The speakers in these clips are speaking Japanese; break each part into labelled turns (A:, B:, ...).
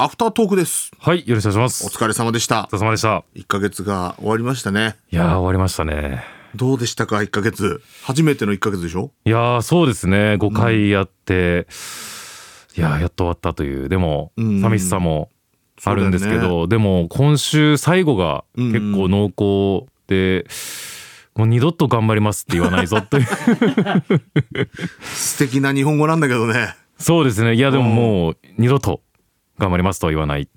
A: アフタートークです
B: はい、よろしくお願いします。
A: お疲れ様でした
B: お疲れ様でした。
A: 1ヶ月が終わりましたね
B: いやー、終わりましたね。
A: どうでしたか1ヶ月初めての1ヶ月でしょ
B: いやー、そうですね。5回やって、いやー、やっと終わったという、でも、
A: うん
B: 寂しさもあるんですけ
A: そうだよ
B: ど、でも、今週最後が結構濃厚で、もう二度と頑張りますって言わないぞという。
A: 素敵な日本語なんだけどね
B: そうですね。いや、でももう、二度と頑張りますとは言 わない。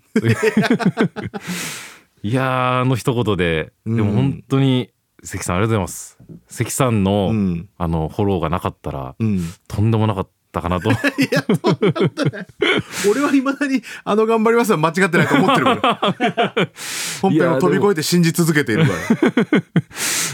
B: いやー、あの一言で、
A: うん
B: でも本当に、関さんありがとうございます。関さんの、
A: うん
B: あの、フォローがなかったら、
A: うん
B: とんでもなかったかなと。
A: 俺はいまだにあの頑張りますは間違ってないと思ってる から本編を飛び越えて信じ続けてい るから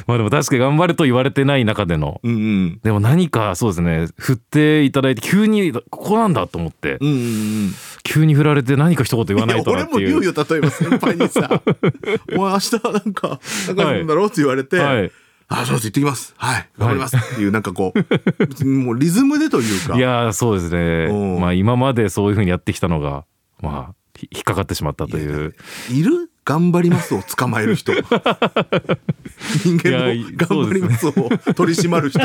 B: まあでも確かに頑張れと言われてない中での。
A: うんうん
B: でも何かそうですね、振っていただいて、急に、ここなんだと思って、
A: うんうんうん
B: 急に振られて何か一言言わないと
A: い
B: な
A: や
B: って
A: 俺
B: い
A: も
B: う。
A: 言うよ例えば先輩に さ「お前明日なんか仲良くなろう?」って言われて「
B: はい
A: あそうです行ってきますはい頑張ります」っていうなんかこう 別にもうリズムでというか
B: いやーそうです
A: う
B: ね。
A: ん
B: まあ今までそういうふうにやってきたのが、まあ、ひ引っかかってしまったという。
A: いる頑張りますを捕まえる 人人間
B: いや
A: の頑張りますを取り締まる 人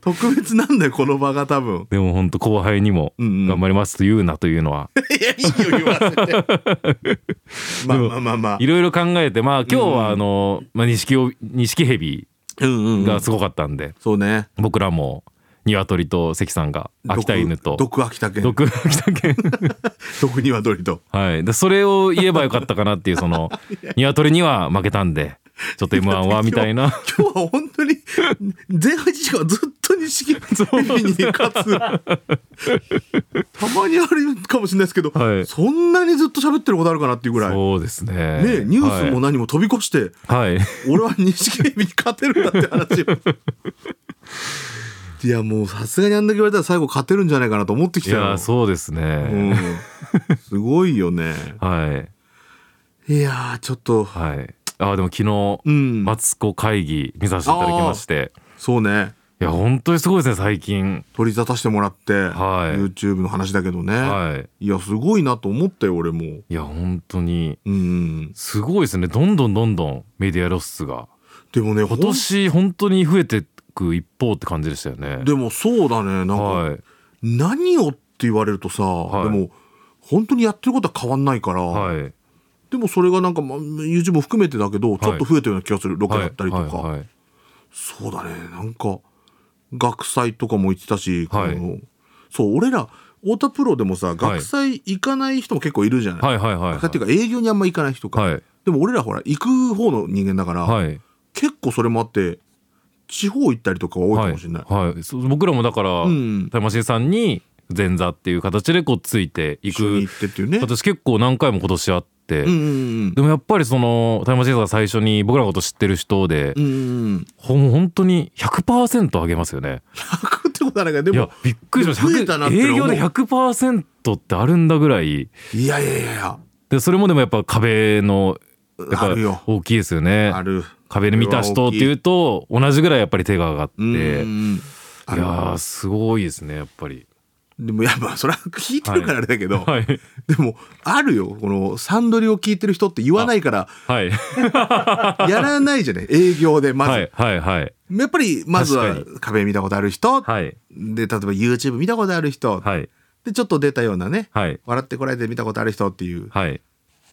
A: 特別なんだよこの場が多分
B: でも本当後輩にも、
A: うんうん
B: 頑張りますと言うなというのは、
A: いやいいよ言わせてまあまあまあまあ
B: いろいろ考えて、まあ今日はあの、まあ錦を、錦蛇
A: うんうんう
B: が
A: ん
B: すごかったんで、
A: そうね
B: 僕らも鶏と関さんが秋田犬と
A: 毒毒秋田県
B: 毒秋 田犬
A: 毒鶏と
B: はいでそれを言えばよかったかなっていうそ の鶏には負けたんでちょっと m 1はみ たいな
A: 今日は本当に前半時間ずっと錦鯉に勝つたまにあるかもしれないですけど、
B: はい
A: そんなにずっと喋ってることあるかなっていうぐらい、ね、
B: そうですね
A: ニュースも
B: な
A: 何も飛び越して
B: はい、はい、
A: 俺は錦鯉に勝てるんだって 話をいやもうさすがにあんだけ言われたら最後勝てるんじゃないかなと思ってき
B: い
A: たよ
B: やそうです
A: うん
B: ね、
A: すごいよね
B: はい
A: いやーちょっと
B: はいあでも昨日、
A: うん
B: マツコ会議見させていただきまして
A: そうね
B: いや本当にすごいですね最近
A: 取り沙汰してもらって、
B: はい
A: YouTube の話だけどね、
B: はい
A: や、すごいなと思ったよ、俺も。
B: いいや本当に
A: うん。
B: すごいですねどんどんどんどんメディア露出が
A: でもね、
B: 今年本当に増えてく一方って感じでしたよ
A: ほ
B: ね
A: ん。でもそうだね、なんか、
B: はい
A: 何をって言われるとさ、
B: い
A: でも、本当にやってることは変わんないから、
B: はい。
A: でもそれがなんか、まあ、YouTube も含めてだけど、ちょっと増えたような気がする、ロケ
B: はい
A: だったりとか、
B: はいはい
A: そうだね、なんか、学祭とかも行ってたし、
B: はい
A: このそう、俺ら、太田プロでもさ、学祭行かない人も結構いるじゃない。
B: はいはいはい
A: 学祭っていうか営業にあんま行かない人か、
B: はい
A: でも俺らほら行く方の人間だから、
B: はい
A: 結構それもあって地方行ったりとかは多いかもしれない、
B: はいはいそう僕らもだから
A: うん
B: タイムマシーンさんに前座っていう形でこうついてい
A: 一緒に行
B: く
A: ってっていうね
B: 私結構何回も今年あって
A: うんうん
B: でもやっぱりそのタイムマシーンさんが最初に僕らのこと知ってる人で
A: うんうんうん
B: ほん本当に100%上げますよね
A: 100ってことはないからで
B: いや
A: も
B: びっくりしま
A: 増え
B: した
A: なって
B: 100
A: 思う
B: 営業で100%ってあるんだぐらい
A: いやいやいやいや
B: でそれもでもやっぱ壁のやっ
A: あ
B: ぱ
A: るよ
B: 大きいですよね
A: ある
B: 壁で見た人っていうと同じぐらいやっぱり手が上がって、
A: うんうん
B: い
A: うんあ
B: や
A: る
B: ーすごいですねやっぱり
A: でもいやまあそれは聞いてるからあれだけど、
B: はい
A: でもあるよこのサンドリを聞いてる人って言わないから
B: はい
A: やらないじゃない営業でまず、
B: はいはいはい
A: やっぱりまずは
B: 確
A: 壁見たことある人、
B: はい
A: で例えば YouTube 見たことある人、
B: はい
A: でちょっと出たようなね、
B: はい
A: 笑ってこられて見たことある人っていう
B: はい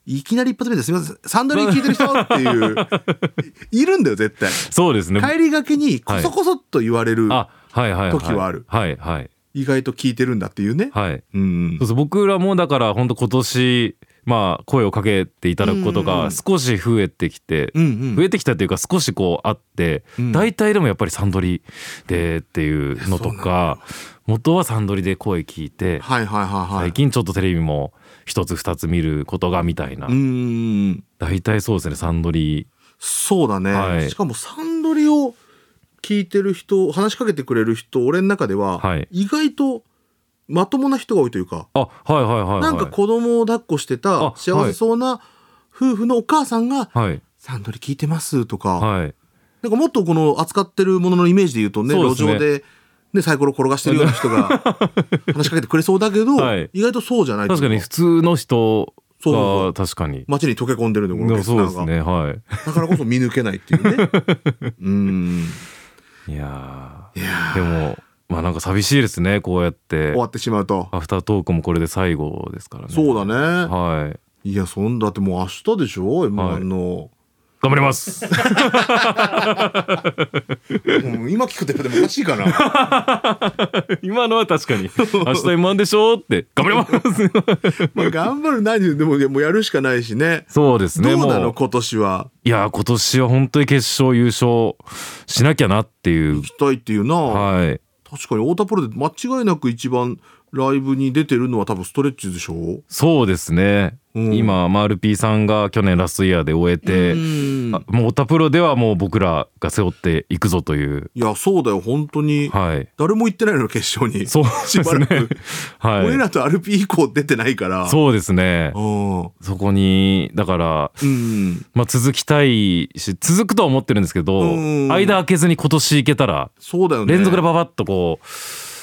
A: いきなり一発目ですみませんサンドリー聞いてる人っていう いるんだよ絶対
B: そうですね
A: 帰りがけにこそこそっと言われる、
B: あはいはいはい
A: 時はある
B: はいはい
A: 意外と聞いてるんだっていうね、
B: はい
A: うん
B: そうそう僕らもだから本当今年まあ声をかけていただくこと
A: うんうん
B: が少し増えてきて、
A: うんうん
B: 増えてきたというか少しこうあって、
A: うん
B: 大体でもやっぱりサンドリでっていうのとか元はサンドリで声聞いて、
A: はいはいはいはい
B: 最近ちょっとテレビも一つ二つ見ることがみたいな、
A: うん
B: 大体そうですねサンドリ
A: そうだね、
B: はい
A: しかもサンドリーを聞いてる人話しかけてくれる人俺の中では、
B: はい
A: 意外とまともな人が多いというか
B: あはいはいはいはい
A: なんか子供を抱っこしてた
B: あ
A: 幸せそうな夫婦のお母さんが
B: はい
A: 「サンドリ聞いてます」とか、
B: はい
A: なんかもっとこの扱ってるもののイメージで言うとね
B: そうで
A: 路
B: すね
A: 上でね、サイコロ転がしてるような人が 話しかけてくれそうだけど、
B: はい
A: 意外とそうじゃないっていう
B: 確かに普通の人
A: そうそう
B: が確かに
A: 街に溶け込んでるんでこ
B: で
A: の
B: も
A: リス
B: そう
A: ナ
B: で
A: ー
B: す
A: が、
B: ねは
A: だからこそ見抜けないっていう ねうん
B: いいや
A: いや
B: ー
A: ー
B: でもまあなんか寂しいですねこうやって
A: 終わってしまうと
B: アフタートークもこれで最後ですからね
A: そうだね
B: はい
A: いやそんだってもう明日でしょ m 1の、
B: 頑張ります
A: うん今聞くとやっぱでもおかしいか な
B: 今のは確か に明日 m でしょって頑張ります
A: まあ頑張るないでもいやもうやるしかないしね
B: そうですね
A: どうな
B: も
A: の
B: う
A: 今年はい
B: やー今年は本当に決勝優勝しなきゃなっていう
A: 行きたいっていうな、
B: はい
A: 確かに太田プロで間違いなく一番ライブに出てるのは多分ストレッチーズでしょ
B: そうですね、
A: うん
B: 今マールピーさんが去年ラストイヤーで終えて、
A: うん
B: あもうオタプロではもう僕らが背負っていくぞという
A: いやそうだよ本当に、
B: はい
A: 誰も行ってないのよ決勝に
B: そうです
A: しばら
B: ね
A: く俺
B: は
A: らと RP 以降出てないから
B: いそうですね
A: うん
B: そこにだから
A: うん
B: まあ続きたいし続くとは思ってるんですけど
A: うん
B: 間開けずに今年行けたら
A: そうだよね
B: 連続でババッとこ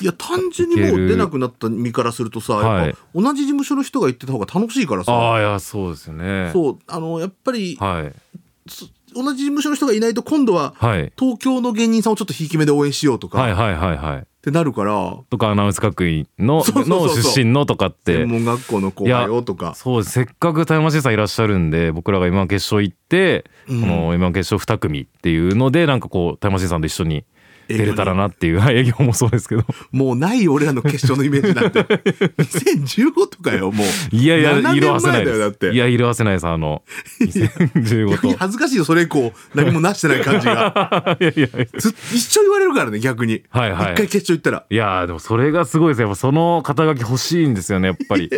A: いや単純にもう出なくなった身からするとさ、
B: はい
A: やっぱ同じ事務所の人が言ってた方が楽しいから
B: うあ
A: さ
B: あいやそうですよね
A: そうあのやっぱり
B: はい
A: 同じ事務所の人がいないと今度は
B: はい
A: 東京の芸人さんをちょっとひいき目で応援しようとか、
B: はい
A: っ
B: はいはいはい
A: てなるから
B: とかアナウンス学院の
A: そうそうそうそう
B: の出身のとかって
A: 専門学校の子だよとか
B: そうですせっかくタイムマシーンさんいらっしゃるんで僕らが今決勝行って、
A: うん
B: この今決勝2組っていうのでなんかこうタイムマシーンさんと一緒に出れたらなっていう はい営業もそうですけど
A: もうない俺らの決勝のイメージなんて2015とかよもう
B: いやいや
A: 7
B: 色褪
A: 年
B: せな
A: 前
B: い
A: だよ
B: です
A: だって
B: いや色褪せないですあ の2015
A: 逆に
B: と
A: 恥ずかしいよそれ以降何もなしてない感じが
B: いやいやいや
A: ずっと一生言われるからね逆に、
B: はいはい
A: 一回決勝行ったら
B: いやーでもそれがすごいですやっぱその肩書き欲しいんですよねやっぱり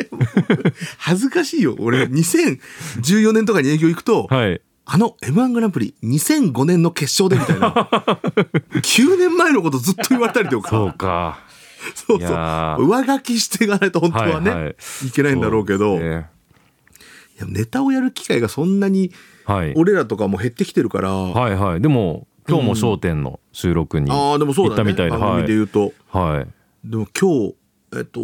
A: 恥ずかしいよ俺2014年とかに営業行くと、
B: はい
A: あの m 1グランプリ2005年の決勝でみたい な9年前のことずっと言われたりとか
B: そうか
A: そう
B: い
A: そう
B: やー
A: 上書きしていかないと本当はね、
B: はい
A: い
B: はい
A: けないんだろうけど
B: そうですね
A: いやネタをやる機会がそんなに
B: はい
A: 俺らとかも減ってきてるから、
B: はいはいでも今日も『笑点』の収録に
A: ああでもそう
B: 行
A: だ
B: った
A: ね
B: みたいで、
A: 番組で言うと、
B: はい、はい
A: でも今日えっと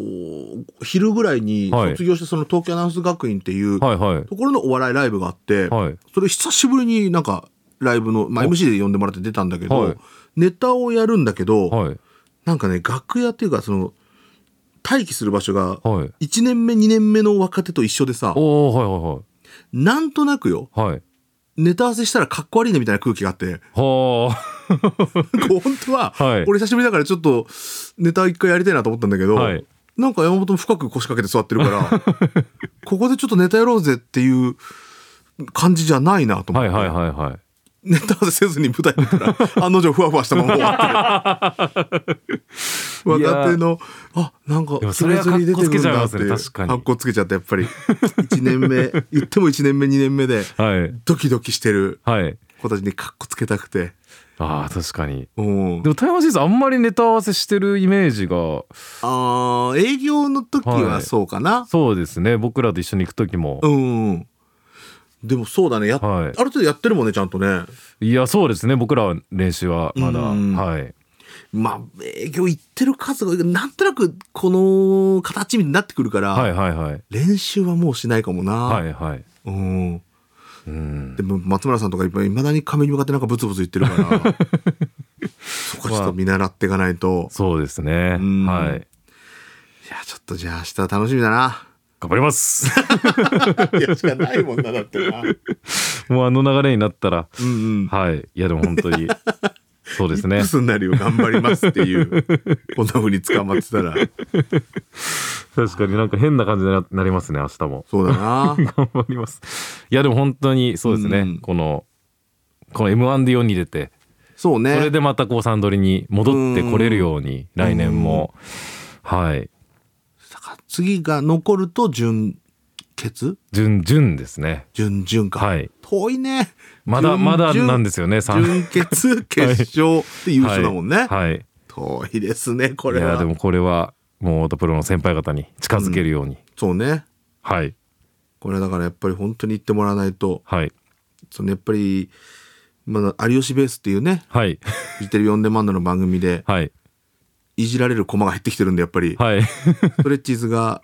A: 昼ぐらいに
B: はい
A: 卒業してその東京アナウンス学院っていう
B: はいはい
A: ところのお笑いライブがあって、
B: はい
A: それ久しぶりになんかライブの、まあ、MC で呼んでもらって出たんだけど、
B: はい
A: ネタをやるんだけど、
B: はい
A: なんかね楽屋っていうかその待機する場所が
B: はい
A: 1年目2年目の若手と一緒でさ
B: おお
A: なんとなくよ
B: はいはいはい
A: ネタ合わせしたらかっこ悪いねみたいな空気があって
B: は
A: なんか本当は、
B: はい
A: 俺久しぶりだからちょっとネタ一回やりたいなと思ったんだけど、
B: はい
A: なんか山本も深く腰掛けて座ってるから ここでちょっとネタやろうぜっていう感じじゃないなと
B: あ
A: 思っ
B: は
A: て、
B: いはいはいはい
A: ネタ合わせせずに舞台に出たら 案の定ふわふわしたまま終わってる
B: いや
A: 若手のあなんか
B: でもそれは
A: に出てるんだっていう
B: かっこつけちゃいますね確かに
A: かっこつけちゃったやっぱり1年目 言っても1年目2年目で
B: はい
A: ドキドキしてる
B: はい
A: 子たちにかっこつけたくて。
B: あー確かに
A: うん
B: でもタイムマシーンさんあんまりネタ合わせしてるイメージが
A: あー営業の時
B: は
A: はいそうかな、
B: そうですね僕らと一緒に行く時も、
A: うんでもそうだねやっ、
B: はい
A: ある程度やってるもんねちゃんとね
B: いやそうですね僕らは練習はまだ
A: うん
B: はい
A: まあ営業行ってる数がなんとなくこの形になってくるから、
B: はいはいはい
A: 練習はもうしないかもな、
B: はいはい
A: うん
B: うん
A: でも松村さんとかいまだに壁に向かってなんかブツブツ言ってるから そこはちょっと見習っていかないと
B: そうですね
A: うん
B: はい
A: いやちょっとじゃあ明日楽しみだ な
B: 頑張ります
A: いやしかないもんなだってなうん
B: もうあの流れになったら
A: うん
B: はいいやでも本当 にそうですね
A: クスになるよ頑張りますっていう こんな風に捕まってたら
B: 確かになんか変な感じにななりますね明日も
A: そうだな
B: 頑張りますいやでも本当にそうですね、
A: うん
B: このこの m 1で世に出て
A: そう
B: それ
A: ね
B: でまたこうサンドリに戻ってこれるように来年もはい
A: 次が残ると準決
B: 順順ですね
A: 準々か、
B: はい
A: 遠いね
B: まだまだなんですすよね3
A: 準決決勝で優勝だもんね、
B: はい、はい、
A: 遠いですねこ
B: い
A: れは
B: やでもこれはもうオートプロの先輩方に近づけるように、
A: そうね
B: はい
A: これだからやっぱり本当に言ってもらわないと
B: はい
A: そのやっぱりまだ有吉ベースっていうね
B: はい
A: フジテレビ4年マンドの番組で
B: はい
A: いじられる駒が減ってきてるんでやっぱり
B: はい。
A: ストレッチーズが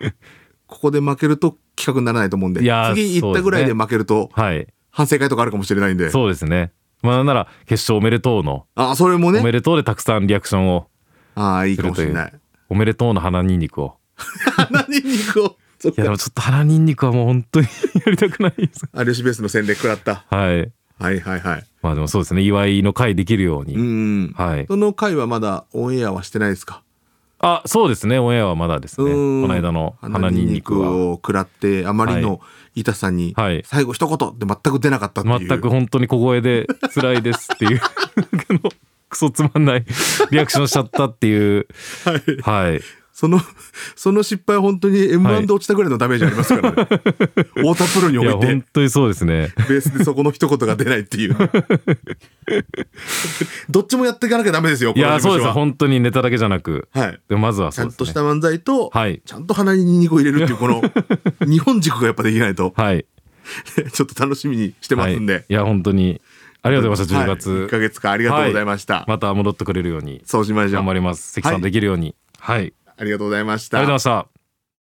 A: ここで負けると企画にならないと思うんで
B: いやー
A: 次行ったぐらいで負けると
B: はい。
A: 反省会とかあるかもしれないんで
B: そうですね。まあ、なんなら、決勝おめでとうの、
A: あそれも
B: おめ
A: ね
B: でとうでたくさんリアクションを、
A: ああいいかもしれない
B: おめでとうの花ニンニクを。
A: 鼻に肉をそっ
B: いや、で
A: か
B: もちょっと花ニンニクはもう本当に やりたくないです。
A: 有吉ベースの宣伝食らった
B: はい。
A: はいはいはい
B: まあでもそうですね。祝いの会できるように。
A: うん
B: はい。
A: その回はまだオンエアはしてないですか
B: あ、そうですね。オンエアはまだですね。
A: うん
B: この間の花ニンニク
A: 鼻
B: は。
A: を食らってあまりの痛さに
B: はい
A: 最後一言って全く出なかったっていう
B: 全く本当に小声で辛いですっていう あのクソつまんないリアクションしちゃったっていうはい、
A: その その失敗は本当に m
B: はい
A: 1で落ちたぐらいのダメージありますから ね、太田プロに
B: い、
A: お
B: や
A: いて
B: 本当にそうですね
A: ベースでそこの一言が出ないって いうどっちもやっていかなきゃダメですよ
B: いや
A: この
B: そう
A: 事
B: で
A: 務
B: す
A: 所は
B: 本当にネタだけじゃなく
A: はい
B: でもまずは
A: ち
B: そ
A: ゃ
B: うんで
A: とし
B: すね
A: た漫才と、
B: はい
A: ちゃんと鼻にニンニクを入れるっていうこ の日本軸がやっぱできないと
B: はい、
A: ちょっと楽しみにしてま
B: はい、
A: すんで、
B: いや本当にありがとうございました10月、
A: 1か月間ありがとうございました、
B: また戻ってくれるように
A: そうしましょ
B: 頑張
A: う
B: ります関さ
A: は
B: ん
A: い
B: できるようにはい、
A: ありがとうございまし
B: ありがとうござい
A: た
B: ました